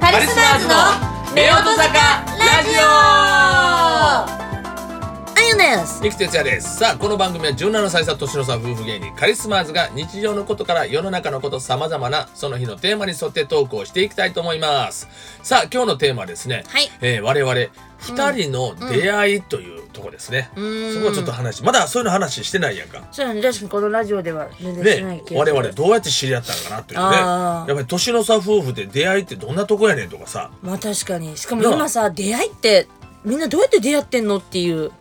カリスマーズの夫婦坂ラジオあゆです生哲也ですさあこの番組は17歳差年の差夫婦芸人カリスマーズが日常のことから世の中のことさまざまなその日のテーマに沿ってトークをしていきたいと思いますさあ今日のテーマはですね、はいえー我々2人の出会いというとこですね、うーんそこはちょっと話まだそういうの話してないやんかそうやね確かにこのラジオでは全然しないねけど我々どうやって知り合ったのかなっていうねやあっーぱり年の差夫婦で出会いってどんなとこやねんとかさまあ確かにしかもなあ今さ出会いってみんなどうやって出会ってんのっていう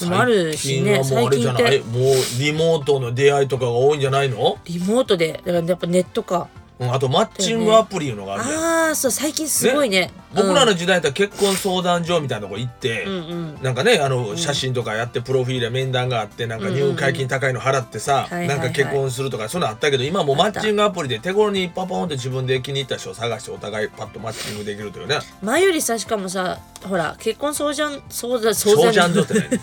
のもあるしね最近はもうあれじゃな最いもうリモートの出会いとかが多いんじゃないの、リモートでだからやっぱネットかうん、あとマッチングアプリいうのがあるじゃんああそう最近すごいね僕らのの時代だったら結婚相談所みたいなとこ行って、うんうんなんかねあの写真とかやってプロフィールや面談があってなんか入会金高いの払ってさ、うんうんうんなんはいはいかはい結婚するとかそういうのあったけど今もうマッチングアプリで手頃にパポンって自分で気に入った人を探してお互いパッとマッチングできるというね前よりさしかもさほら結婚相談相談相相談ジャン所ってね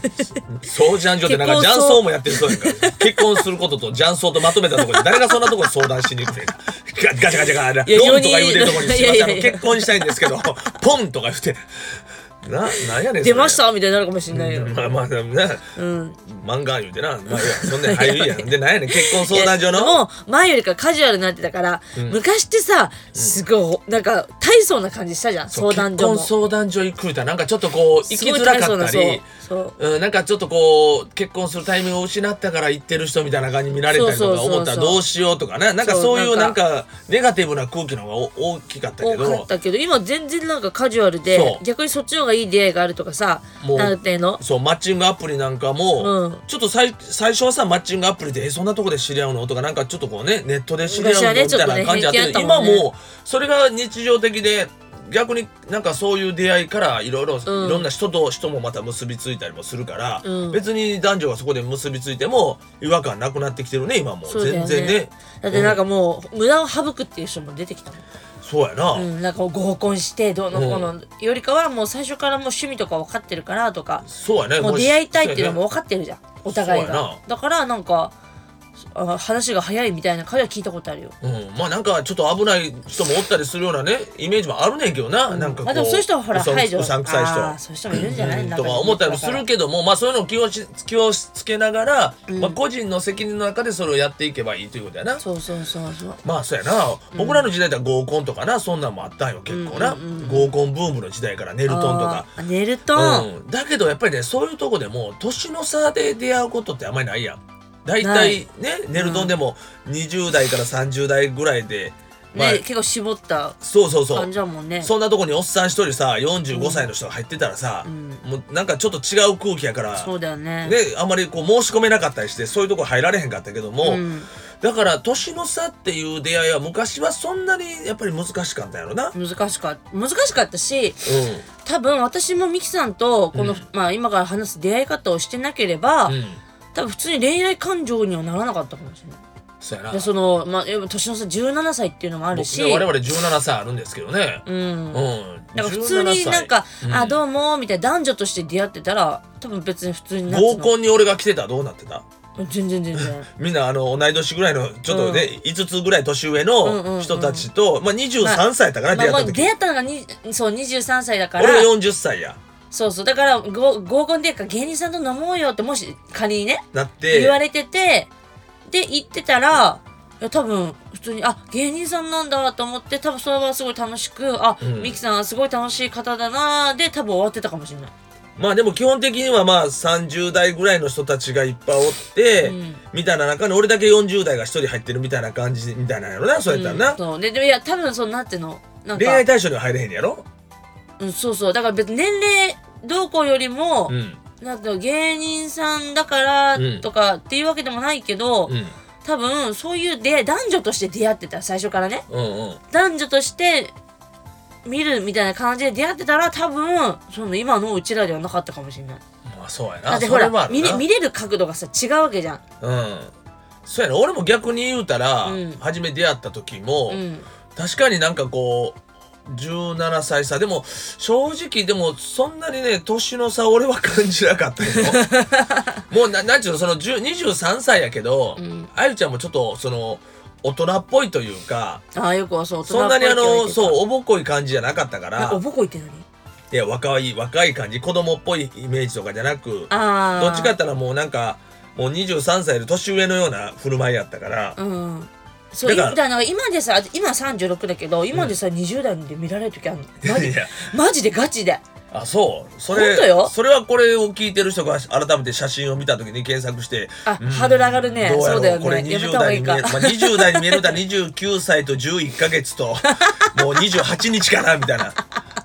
相ジャン所ってなんかジャンソーもやってるそうやんか結婚することとジャンソーとまとめたところで誰がそんなところに相談しに行くねんかガガチャガチャガチャいやロンとか言うてるところにすいまいやせんあいやのいや結婚したいんですけど ポンとか言ってななんやねんそ出れましたみたいになるかもしれないよ、まあまあでもね、うん、漫画言うてな、まあ、いやそんなん入 るやん。で、なんやねん、結婚相談所いやの。もう前よりかカジュアルになってたから、昔ってさすごいなんか大層な感じしたじゃんそ相う談所も結婚相談所行くみたいな、なんかちょっとこう、行きづらかったすごい大り層な。そううん、なんかちょっとこう結婚するタイミングを失ったから行ってる人みたいな感じに見られたりそとうかそうそうそう思ったらどうしようとかねなんかそういそううななんんかネガティブな空気の方がお大きかったけ多かどったけど今全然なんかカジュアルでそう逆にそっちの方がいい出会いがあるとかさもうなんていうのそうマッチングアプリなんかうもんちょっと最最初はさマッチングアプリでえそんなとこで知り合うのとかなんかちょっとこうねネットで知り合うの昔はねみたいな感じあったけどちょっとね偏見あった今もんねもうそれが日常的で逆になんかそういう出会いからいろいろいうんろんな人と人もまた結びついたりもするから、うん別に男女がそこで結びついても違和感なくなってきてるね今もそうだよ全ね然ねだってなんかもう無駄を省くっていう人も出てきたもんそうやな、うん、なんかこう合コンしてどうのこうのよりかはもう最初からもう趣味とか分かってるからとかそうやねもうし出会いたいっていうのそうやねも分かってるじゃんお互いそうやながだからなんかあ話が早いみたいな彼は聞いたことあるようん、まあなんかちょっと危ない人もおったりするようなねイメージもあるねんけどな、なんかこうまあでもそういう人はほらうさん排除うさんくさい人あーそういう人もいるんじゃない、うんなんとか思ったりもするけどもまあそういうのを気をし気をつけながら、まあ、個人の責任の中でそれをやっていけばいいということやな。そうそうそうそうまあそうやな、僕らの時代だったら合コンとかなそんなんもあったんよ結構な、合コンブームの時代からネルトンとか。あーネルトン、うん、だけどやっぱりねそういうとこでも年の差で出会うことってあんまりないやん大体ねネルトンでも20代から30代ぐらいで、まあね結構絞ったそうそうそう感じだもんねそんなとこにおっさん一人さ45歳の人が入ってたらさ、もうなんかちょっと違う空気やからそうだよねね、あんまりこう申し込めなかったりしてそういうとこ入られへんかったけども、うんだから年の差っていう出会いは昔はそんなにやっぱり難しかったんやろな。うん難しかった難しかったし多分私もミキさんとこの、まあ、今から話す出会い方をしてなければ、うん、多分普通に恋愛感情にはならなかったかもしれないそうやなでその、まあ、やっぱ年の差17歳っていうのもあるし僕ね我々17歳あるんですけどね。ううんなん、んか普通になんか17歳「あどうも」みたいな男女として出会ってたら多分別に普通にな合コンに俺が来てたらどうなってたン全然全 然みんなあの同い年ぐらいのちょっとね、5つぐらい年上の人たちと、まあ、23歳だからま出あま会あった時、出会ったのがにそう23歳だから俺が40歳やそうそうだからご合コンでか芸人さんと飲もうよってもし仮にねなって言われててで行ってたらいや多分普通にあ芸人さんなんだと思って多分それはすごい楽しくあ、んミキさんはすごい楽しい方だなで多分終わってたかもしれない。まあでも基本的にはまあ30代ぐらいの人たちがいっぱいおって、うんみたいな中に俺だけ40代が1人入ってるみたいな感じみたいなんやろなそうやったらな、うんそうででもいや多分そうなんていうのなん恋か愛対象には入れへんやろうん、そうそうだから別に年齢どうこうよりも、うんなんか芸人さんだからうんとかっていうわけでもないけど、うん多分そういう出会い男女として出会ってた最初からねうんうん男女として見るみたいな感じで出会ってたら多分その今のうちらではなかったかもしれないまあそうやだなってそほれらもある見れな見れる角度がさ違うわけじゃんうんそうやな俺も逆に言うたら、うん初め出会った時も、うん確かになんかこう17歳差でも正直でもそんなにね年の差俺は感じなか ったよもうななんちゅうのその10 23歳やけど、んあゆちゃんもちょっとその大人っぽいというか、ああよくはそうそんなにあの、そううおぼこい感じじゃなかったからおぼこいって何いや若い若い感じ子供っぽいイメージとかじゃなくああどっちかって言ったらもうなんかもう23歳の年上のような振る舞いやったから、うんそうだからだから今でさ今36だけど今でさ、20代で見られる時ある のマいジやマジでガチであそうそれ本当よそれはこれを聞いてる人が改めて写真を見た時に検索してあ、うんハードル上がるねどやろそうだよこれねやめ20た方がいい代に見えかる、まあ、20代に見える歌29歳と11ヶ 月ともう28日かなみたいな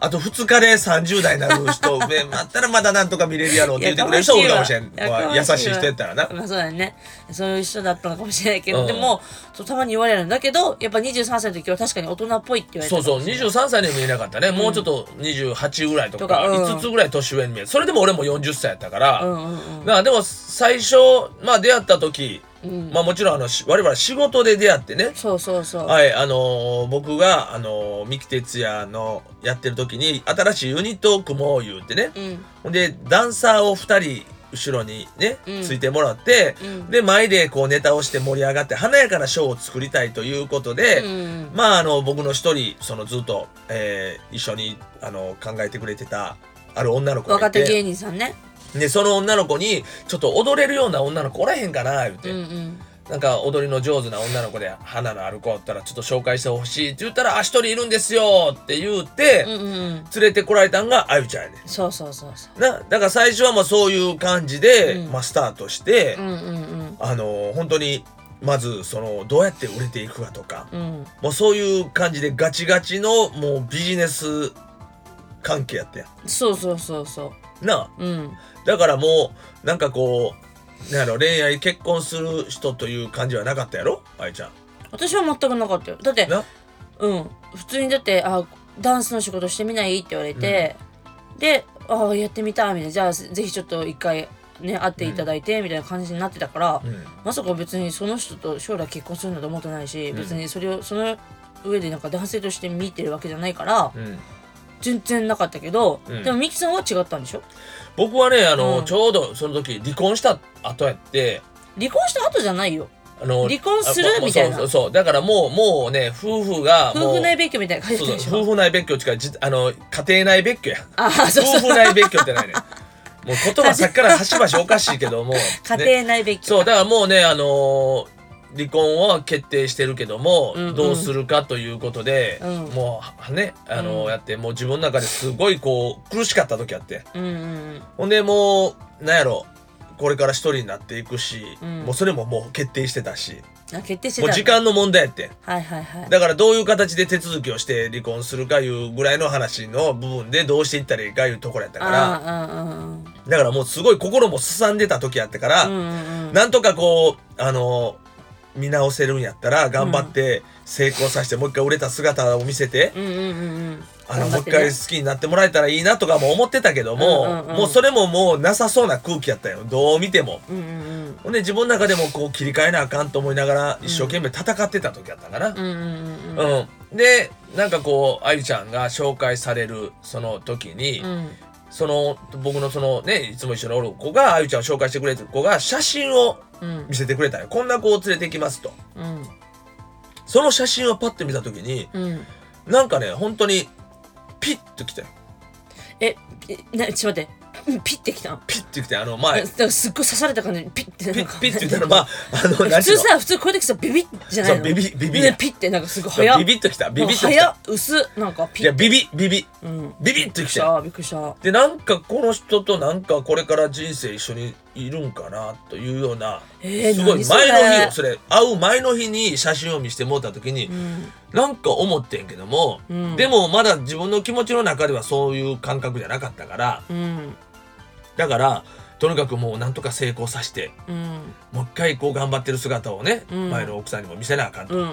あと2日で30代にな る人上まったらまだなんとか見れるやろうって言ってくれる人おるかもしれんいやかわ優いそうしい人やったらなまあそうだよねそういう人だったのかもしれないけど、うんでもそうたまに言われるんだけどやっぱ23歳の時は確かに大人っぽいって言われてそうそう23歳には見えなかったね、もうちょっと28ぐらいとかとかうん5つぐらい年上に見えるそれでも俺も40歳やったかうんら、うんうんなあでも最初、まあ、出会った時、うんまあ、もちろんあのし我々仕事で出会ってねそうそうそう、はい、あのー僕が、あのー、三木哲也のやってる時に、新しいユニットを組もう言うてね。うんほんで、ダンサーを二人、後ろにね、うんついてもらって、うんで、前でこうネタをして盛り上がって、華やかなショーを作りたいということうで、んまあ、あの、僕の一人、そのずっと、えー一緒に、あの、考えてくれてた、ある女の子が若い手て、芸人さんねで、その女の子に、ちょっと踊れるような女の子おらへんかな、言ううて。んうんなんか踊りの上手な女の子で花のある子おったらちょっと紹介してほしいって言ったら「あ一人いるんですよ」って言うて、うんうんうん連れてこられたんがあゆちゃんやねそうそうそうそんなだから最初はまあそういう感じで、うんまあ、スタートして、ううんうんあのー本当にまずそのどうやって売れていくかとかうんうんもうそういう感じでガチガチのもうビジネス関係やってんそうそうそうそなあううんだからもうなんかこうなんやろ恋愛結婚する人という感じはなかったやろあゆちゃん。私は全くなかったよだってなうん普通にだってあダンスの仕事してみないって言われて、であやってみたいみたいなじゃあぜひちょっと一回ね会っていただいてみたいな感じになってたから、うんまさか別にその人と将来結婚するなんて思ってないし、ん別にそれをその上でなんか男性として見てるわけじゃないからうん全然なかったけど、うんでもミキさんは違ったんでしょ僕はねあの、うんちょうどその時離婚した後やって離婚した後じゃないよあの離婚するあもうみたいなそうそうそうだからもうもうね夫婦がもう夫婦内別居みたいな感じそうでしそょう夫婦内別居っていうかじあの家庭内別居やああそうそう夫婦内別居ってないねもう言葉さっきから端々おかしいけども 家ね庭内別居、そうだからもうねあのー離婚は決定してるけども、うんうんどうするかということで、うんもうねあのーうんやってもう自分の中ですごいこう苦しかった時あってうんうんほんでもうなんやろこれから一人になっていくし、うんもうそれももう決定してたしうんあ決定してもたう時間の問題やってんはいはいはいだからどういう形で手続きをして離婚するかいうぐらいの話の部分でどうしていったらいいかいうところやったからああうんだからもうすごい心もすさんでた時やったから、うんうんうんうんなんとかこうあの見直せるんやったら頑張って成功させて、もう一回売れた姿を見せて、うんうんうんうんあの頑張もっう一て回ね好きになってもらえたらいいなとかも思ってたけども、うんうんうんもうそれももうなさそうな空気やったよどう見ても。うんうんほんで自分の中でもこう切り替えなあかんと思いながら一生懸命戦ってた時やったかなう。んうんうんううんん、でなんかこう愛ちゃんが紹介されるその時に、うんその僕のそのねいつも一緒におる子が愛ちゃんを紹介してくれてる子が写真をうん見せてくれたよこんな子を連れてきますとうんその写真をパッて見た時にうんなんかね本当にピッときたよええなちょっと待ってうんピッてきたんピッてきてあのな 前んかすっごい刺された感じでピッてピなんッかピッて言ったらまああの普何て通いうのさ普通こういう時さビビッじゃないのそうビビビビねピッてなんかすごいそう早っビビッときたビビッとき早たっ薄なんかいピやッビビビビうんビビッときたびっくりしたでなんかこの人となんかこれから人生一緒にいるんかなというような、えーすごい何それ前の日よそれ会う前の日に写真を見せてもらった時に、うんなんか思ってんけども、うんでもまだ自分の気持ちの中ではそういう感覚じゃなかったからうんだからとにかくもうなんとか成功させてうんもう一回こう頑張ってる姿をね、うん前の奥さんにも見せなあかんうとんう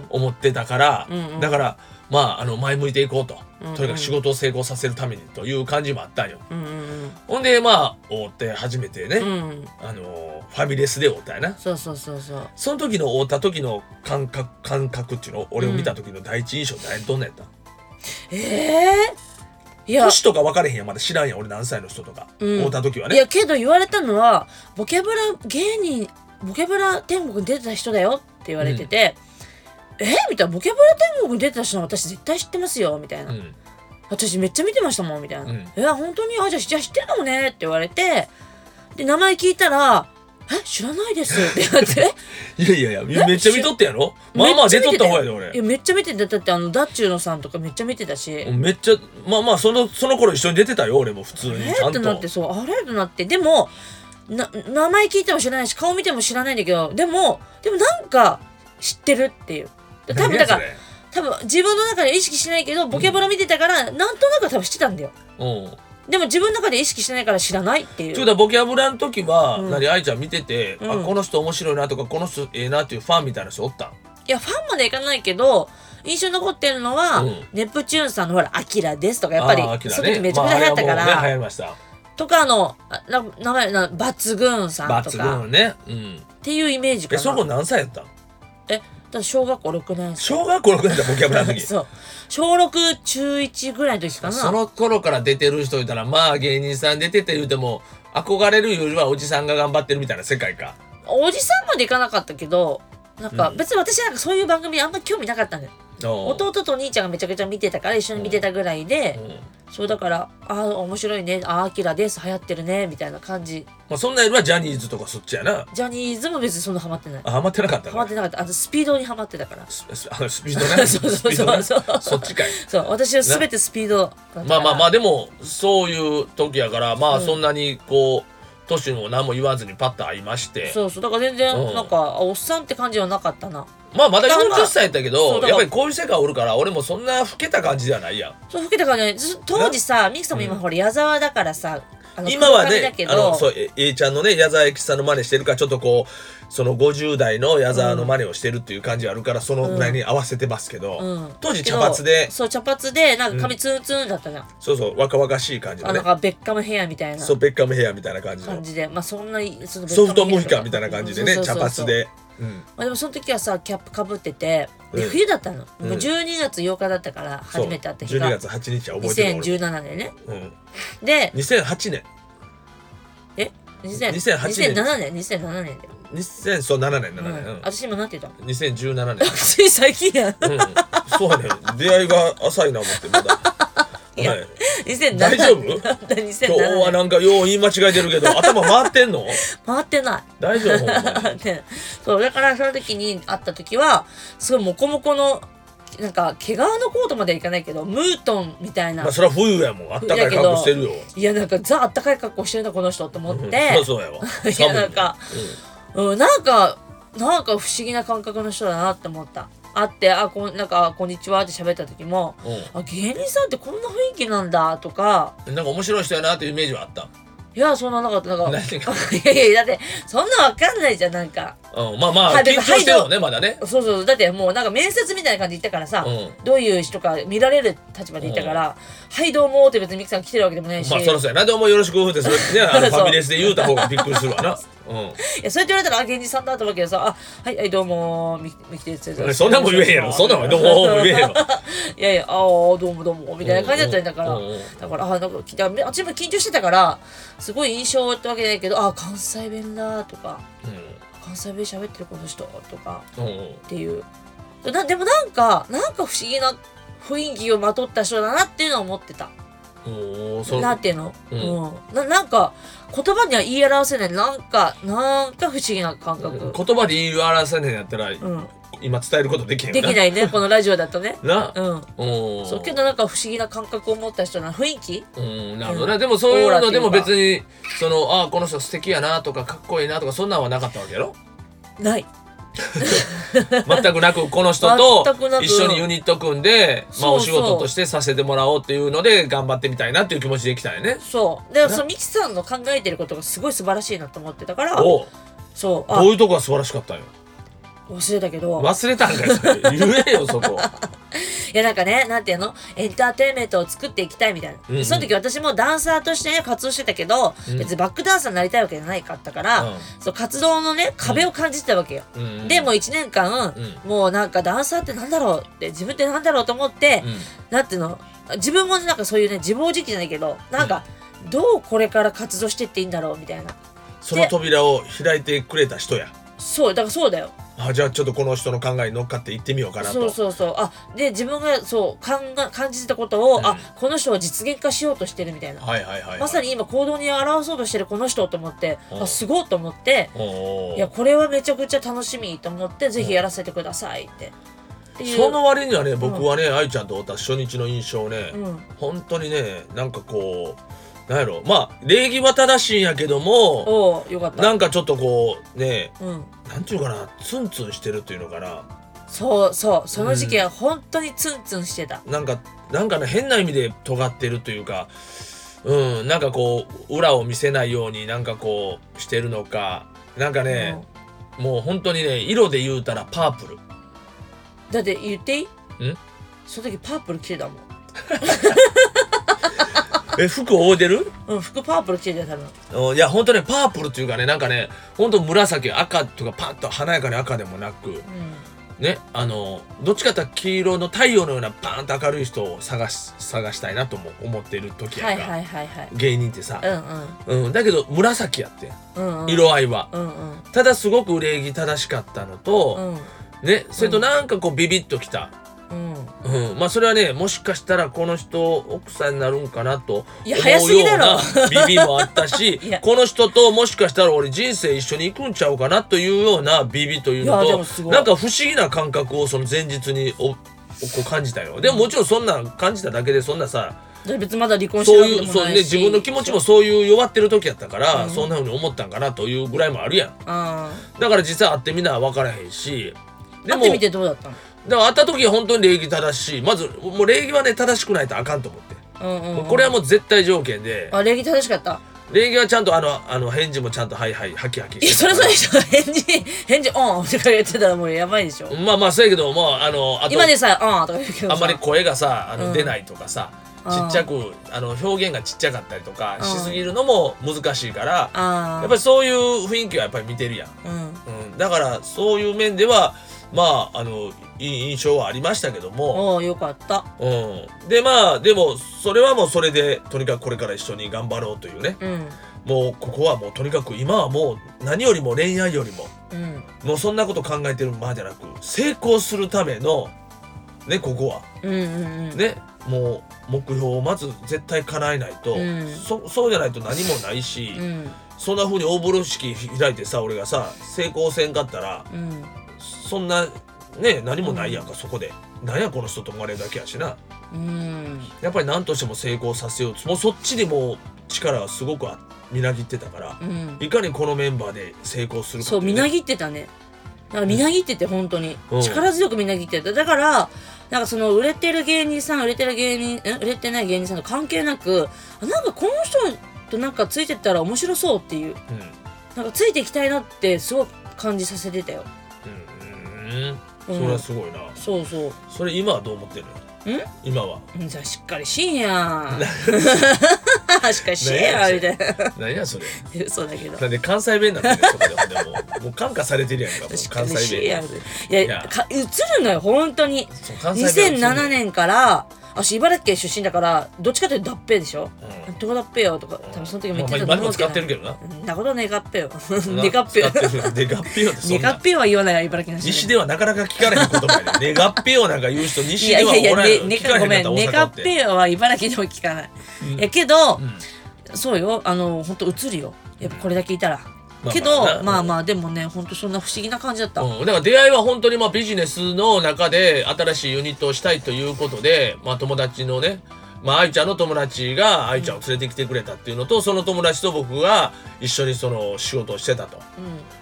ん思ってたから、うんうんだからまああの前向いていこうと、うんうんとにかく仕事を成功させるためにという感じもあったんよ。うんうんほんでまあ会って初めてね、うんうんあのファミレスで会ったやなそうそうそうそうその時の会った時の感覚感覚っていうの俺を見た時の第一印象ってどんなんやった、ええいや年とか分かれへんやんまだ知らんやん俺何歳の人とか、うん会った時はいねやけど言われたのはボキャブラ芸人ボキャブラ天国に出てた人だよって言われてて、えみたいな「ボキャブラ天国」に出てたしな私絶対知ってますよみたいな、うん私めっちゃ見てましたもんみたいな「うんえ本当にあじゃあじゃあ知ってるのね」って言われてで名前聞いたら「え知らないです」って言われ ていやいやいやめっちゃ見とったやろまあまあ出とった方やでい俺やめっちゃ見てただってあのダッチューのさんとかめっちゃ見てたし、めっちゃまあまあそのその頃一緒に出てたよ俺も普通にちえゃっんてとなってそうあれってなってでもな名前聞いても知らないし顔見ても知らないんだけどでもでもなんか知ってるっていう多分だから多分自分の中で意識してないけどボキャブラ見てたから、なんとなく多分知ってたんだよらうんでも自分の中で意識してないから知らないっていちうょうだボキャブラの時は、うん何愛ちゃん見てて、あうんこの人面白いなとかこの人ええなっていうファンみたいな人おったんいやファンまでいかないけど印象に残ってるのは、うんネプチューンさんのほら「アキラです」とかやっぱり、あーアキラそのね時めちゃくちゃ流行ったから、まああれはもうね、流行りましたとかあのあな名前な抜群さんと抜かっ群ねうんていうイメージかえなその子何歳やったんえだから小学校6年生小学校6年だボキャブラの 時そう小6中1ぐらいの時かなその頃から出てる人いたらまあ芸人さん出てて言うても憧れるよりはおじさんが頑張ってるみたいな世界かおじさんまでいかなかったけどなんかうん別に私なんかそういう番組あんま興味なかったんだよ、おう弟とお兄ちゃんがめちゃくちゃ見てたから一緒に見てたぐらいで、うんそうだからああ面白いねああアキラです流行ってるねみたいな感じまあ、そんなよりはジャニーズとかそっちやなジャニーズも別にそんなハマってないあハマってなかったハマってななかったあのスピードにハマってたからススあスピード ねそうそうそうそうスピードねそっちかいそう私は全てスピードだったからまあまあまああでもそういう時やからまあうんそんなにこう年も何も言わずにパッと会いましてそうそうだから全然うんなんか、あおっさんって感じはなかったなまあまだだからまあ40歳やったけそどうだからやっぱりこういう世界おるから俺もそんな老けた感じではないやんそう老けたからねず当時さミキさんも今うんほら矢沢だからさあの今は黒髪だねけどあのそうえ A ちゃんのね矢沢永吉さんの真似してるからちょっとこうその50代の矢沢の真似をしてるっていう感じはあるからそのぐらいに合わせてますけど、うん当時茶髪でけどそう茶髪でなんか髪ツンツンだったじゃん、そうそう若々しい感じあのねなんかベッカムヘアみたいなそうベッカムヘアみたいな感じの感じでまあそんなそのベッカソムヘアフトモヒカンみたいな感じでねそうそう茶そう髪そうで、うん、まあ、でもその時はさキャップかぶっててでうん冬だったの、うんもう12月8日だったからそう初めて会った日12が月8日は覚えてる俺2017年ねうん、で2008年2000 2008 2007年年2007年だよ、 2007年う7ん年、うん私今なんて言ったの 2017年私最近やんうん、そうね出会いが浅いな思ってまだ、 いやはい、 2007大 丈夫なんだ2007今日は年なんかよう言い間違えてるけど頭回ってんの回ってない 大丈夫ほんまにね、そうだからその時に会った時はすごいモコモコのなんか毛皮のコートまではいかないけどムートンみたいな、まあそれは冬やもんあったかい格好してるよ、いやなんかザあったかい格好してるなこの人と思って、うん そうそうやわいやなんか、うん、なんかなんか不思議な感覚の人だなって思った会って「あこんなんかこんにちは」って喋った時も寒いね「あ芸人さんってこんな雰囲気なんだ」とかうん、なんか面白い人やなっていうイメージはあった「いやそんななかったなんか」何が いやいやだってそんなわかんないじゃんなんかうん、まあまああ緊でも張してるよねまだねそうそうそうだってもうなんか面接みたいな感じで行ったからさ、うんどういう人か見られる立場でいたから「はいどうも」って別にミキさん来てるわけでもないし、まあそろそろやなどうもよろしくってそれねあのそフうァミレスで言うた方がびっくりするわな、いやそうやって言われたらあ芸人さんだと思うけどさ「あはい、はい、どうもミミキです」うん、そんなんも言えへんやろそんなんもどうもも言えへんわいやいや「ああどうもどうも」みたいな感じだったんだから。うんうんうんだからあなんかきだからあっちも緊張してたからすごい印象ってわけじゃないけどあ関西弁だとか関西弁喋ってるこの人とかうんうんうんっていうなでもなんかなんか不思議な雰囲気をまとった人だなっていうのは思ってたおーそなんていうの、ううんんななんか言葉には言い表せないなんかなんか不思議な感覚、うん言葉で言い表せねえんやったら、今伝えることできへんよできないねこのラジオだとねなうんうんそうけどなんか不思議な感覚を持った人な雰囲気うんなるほどね、でもそういうのでもオーラって別にそのああこの人素敵やなとかかっこいいなとかそんなんはなかったわけ やろない全くなくこの人と全くなく一緒にユニット組んで、まあ、そうそうお仕事としてさせてもらおうっていうので頑張ってみたいなっていう気持ちできたんやねそうでなそのミキさんの考えてることがすごい素晴らしいなと思ってたからおうそうどうあいうとこが素晴らしかったんよ忘れたけど、忘れたんかよそれ言えよ そこいやなんかねなんていうのエンターテインメントを作っていきたいみたいな、うんうんその時私もダンサーとしてね活動してたけど、うん別にバックダンサーになりたいわけじゃないかったから、そう活動のね壁を感じてたわけよ、うんうんでもう1年間、うもうなんかダンサーってなんだろうって自分ってなんだろうと思って、うんなんていうの自分もなんかそういうね自暴自棄じゃないけどなんか、どうこれから活動してっていいんだろうみたいなその扉を開いてくれた人やそうだからそうだよあじゃあちょっとこの人の考えに乗っかって行ってみようかなとそうそうそうあで自分がそう感が感じたことを、うんあこの人を実現化しようとしてるみたいな、はいはいはいはい、まさに今行動に表そうとしてるこの人と思って、うんあすごいと思っておーいやこれはめちゃくちゃ楽しみと思ってぜひやらせてくださいって。っていうその割にはね僕はね愛ちゃんと会った初日の印象ね、うん本当にねなんかこうなんやろまあ礼儀は正しいんやけどもおうよかったなんかちょっとこうねうん、なんていうかなツンツンしてるっていうのかなそうそうその時期は本当にツンツンしてた、なんかなんかね変な意味で尖ってるというかうんなんかこう裏を見せないようになんかこうしてるのかなんかね、もう本当にね色で言うたらパープルうんだって言っていいんその時パープル着てたもんえ服覆うてるうん服パープル着てたよ多分うんいや本当ねパープルっていうかねなんかね本当紫赤とかパッと華やかに赤でもなくねあのどっちかというと黄色の太陽のようなパーンと明るい人を探し探したいなとも思ってる時うんはやんいか、はいはいはい芸人ってさう、んうん、だけど紫やってうんうんうん色合いは、うんうんただすごく礼儀正しかったのと、うんねそれとなんかこうビビッときた、うんうん、まあそれはねもしかしたらこの人奥さんになるんかなとい思や早うすよぎうだなろビビもあったし いやこの人ともしかしたら俺人生一緒に行くんちゃうかなというようなビビというのいやでもすとごいなんか不思議な感覚をその前日におこう感じたよでももちろんそんなん感じただけでそんなさだって別にまだ離婚してそるうわけいでうもそう、なね、いし自分の気持ちもそういう弱ってる時やったから、うんそんなふうに思ったんかなというぐらいもあるやんあだから実は会ってみな分からへんしでも会ってみてどうだったのだから会った時は本当に礼儀正しいまずもう礼儀はね正しくないとあかんと思って、うんうんうんこれはもう絶対条件であ礼儀正しかった礼儀はちゃんとあのあの返事もちゃんとはいはいハキハキいやしてそたれかそられでしょ返事返事「オン」とか言ってたらもうやばいでしょまあまあそうやけどもうあのあと今でさえ「オン」とか言うけどさあんまり声がさあの、うん出ないとかさあちーっちゃくあの表現がちっちゃかったりとかうんしすぎるのも難しいから、あやっぱりそういう雰囲気はやっぱり見てるやん、りうんうん、だからそういう面ではまああのいい印象はありましたけども、おおよかったうん、でまあでもそれはもうそれでとにかくこれから一緒に頑張ろうというねうんもうここはもうとにかく今はもう何よりも恋愛よりもうんもうそんなこと考えてるまじゃなく成功するためのねここはうんうんうんねもう目標をまず絶対叶えないと、うんそそうじゃないと何もないし、うんそんな風に大風呂敷開いてさ俺がさ成功せんかったらうんそんなね何もないやんか、そこでなんやこの人と思われるだけやしな。うんやっぱり何としても成功させようともうそっちにもう力がすごくあみなぎってたからうんいかにこのメンバーで成功するかそうみなぎぎってたねなんかみなぎってて本当に、うん力強くみなぎってただからなんかその売れてる芸人さん売れてる芸人ん売れてない芸人さんと関係なくあなんかこの人となんかついてったら面白そうっていううんなんかついていきたいなってすごく感じさせてたよ、うんうんうん、それはすごいなそうそうそれ今はどう思ってるのん今 はうんじゃあしっかりし んやしっかりしんやねみたいな何やそれ嘘だけどなんで関西弁になってるそこでほんでもうもう感化されてるやんかもうしっか関り西しんや弁みたいないややか映るのよ本当にそう関西弁2007年から私茨城県出身だからどっちかというと脱平でしょうんどこ脱平よとか多分その時も言ってたとまあ今思もうけ使どってるけどなそんなことねがっぺよねがっぺよ使ってるねがっぺよってそねんがなっぺよは言わないよ茨城の人西ではなかなか聞かれへん言葉やね。ねがっぺよなんか言う人、西いでやいはやいおやらねん。ね聞かかれへごんかめったん大ね阪がっ。ってぺよは茨城でも聞かないうんやけどうんそうよあの本当映るよやっぱこれだけいたらまあけまあなどまあまあでもね本当そんな不思議な感じだったうん、だから出会いは本当にまあビジネスの中で新しいユニットをしたいということで、まあ、友達のね、まあ、愛ちゃんの友達が愛ちゃんを連れてきてくれたっていうのと、その友達と僕が一緒にその仕事をしてたと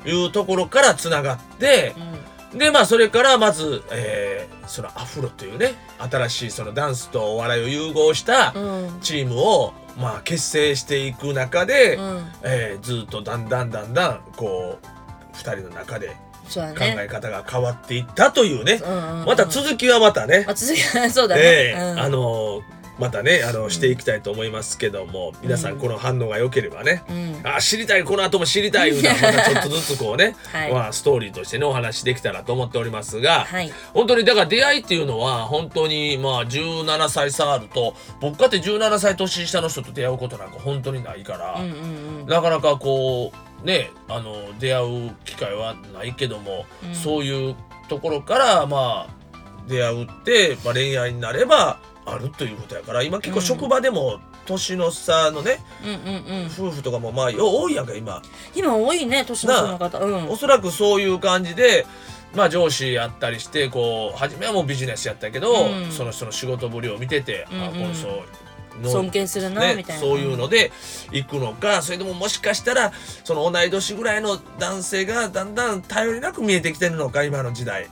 ういうところからつながってん、うんでまあそれからまず、えーそのアフロというね新しいそのダンスとお笑いを融合したうんチームをまあ結成していく中で、うんえーずっとだんだんだんだんこう2人の中でそうだ考えね方が変わっていったというね、うんうんうんまた続きはまたね、あ続き そうだねええうんあのまたねあのしていきたいと思いますけども、皆さんこの反応が良ければね、うんあ知りたいこの後も知りたいいうのはまたちょっとずつこうね、 はいまあ、ストーリーとしてねお話できたらと思っておりますが、はい本当にだから出会いっていうのは本当にまあ17歳差あると僕かって17歳年下の人と出会うことなんか本当にないから。うんうんうんなかなかこうねあの出会う機会はないけども、うんそういうところからまあ出会うって、まあ、恋愛になればあるということやから今結構うん職場でも年の差のね、うんうんうん夫婦とかもまあよう多いやんか今、今多いね年の差の方うんおそらくそういう感じでまあ上司やったりしてこう初めはもうビジネスやったけど、うんその人の仕事ぶりを見てて、あうんこうんの人の尊敬するなみねたい、なそういうので行くのかそれとももしかしたらその同い年ぐらいの男性がだんだん頼りなく見えてきてるのか今の時代、う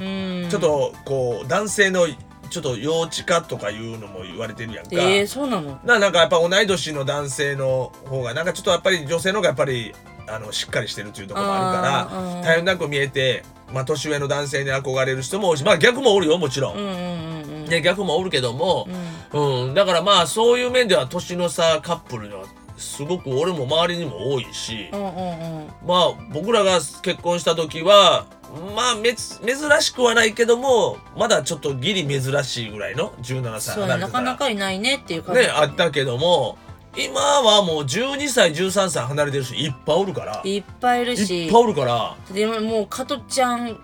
んちょっとこう男性のちょっと幼稚化とかいうのも言われてるやんか。えー、そうなのななんかやっぱ同い年の男性の方がなんかちょっとやっぱり女性の方がやっぱりあのしっかりしてるっていうところもあるあーかうんら頼りなく見えて、まあ、年上の男性に憧れる人も多いしまあ逆もおるよもちろうんん、うんうんうんね、逆もおるけどもう、んうんだからまあそういう面では年の差カップルにはすごく俺も周りにも多いし、うんうんうんまあ僕らが結婚した時はまあめつ珍しくはないけどもまだちょっとギリ珍しいぐらいの17歳そう離やれなてたからなかいないねっていう感じね、あったけども今はもう12歳13歳離れてる人いっぱいおるからいっいっぱいいるぱしいおるからでももう加トちゃん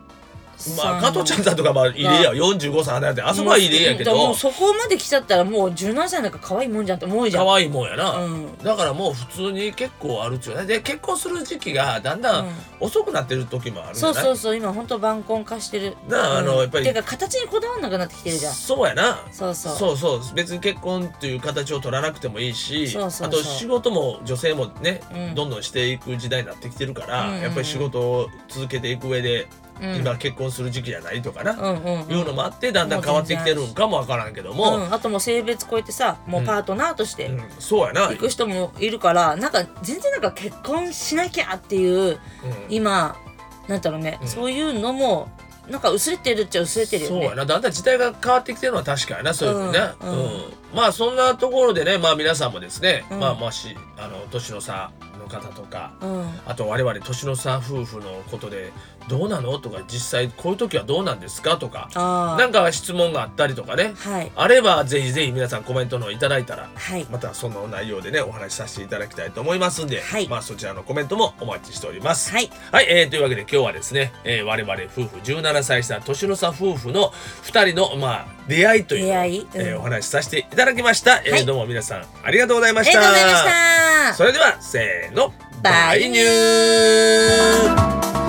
さまあ加トちゃんさんとかまあ入れや45歳離れてあそこは入れやけもうもどうそこまで来ちゃったらもう17歳なんか可愛いもんじゃんって思うじゃん可愛いもんやな、うんだからもう普通に結構あるっちゅうねで結婚する時期がだんだうんん遅くなってる時もあるじゃそうない、そうそう今ほんと晩婚化してるなああのやっぱりてか形にこだわんなくなってきてるじゃんそうやなそうそうそうそう別に結婚っていう形を取らなくてもいいしそうそうそうあと仕事も女性もね、うんどんどんしていく時代になってきてるかうら、んうんうんやっぱり仕事を続けていく上で、うん今結婚する時期じゃないとかな、うんうんうんいうのもあってだんだん変わってきてるんかもわからんけども、うん、あともう性別超えてさもうパートナーとしうてんそうやな、行く人もいるから、なんか全然なんか結婚しなきゃっていううん今なんだろうね、うんそういうのもなんか薄れてるっちゃ薄れてるよそうねやなだんだん時代が変わってきてるのは確かやなそういうふうにね、ううんんうんまあそんなところでねまあ皆さんもですね、うんまあもしあの年の差の方とかうんあと我々年の差夫婦のことでどうなのとか実際こういう時はどうなんですかとかあなんか質問があったりとかねあはいあればぜひぜひ皆さんコメントの方いただいたらはいまたその内容でねお話しさせていただきたいと思いますんで、はいまあそちらのコメントもお待ちしております。はいはい、えー、というわけで今日はですね、えー我々夫婦17歳差年の差夫婦の2人の、まあ、出会いというのを出会いうんえーお話しさせていただきました、えーはいどうも皆さんありがとうございまありしがたとうございましたそれではせーのバイバイニュー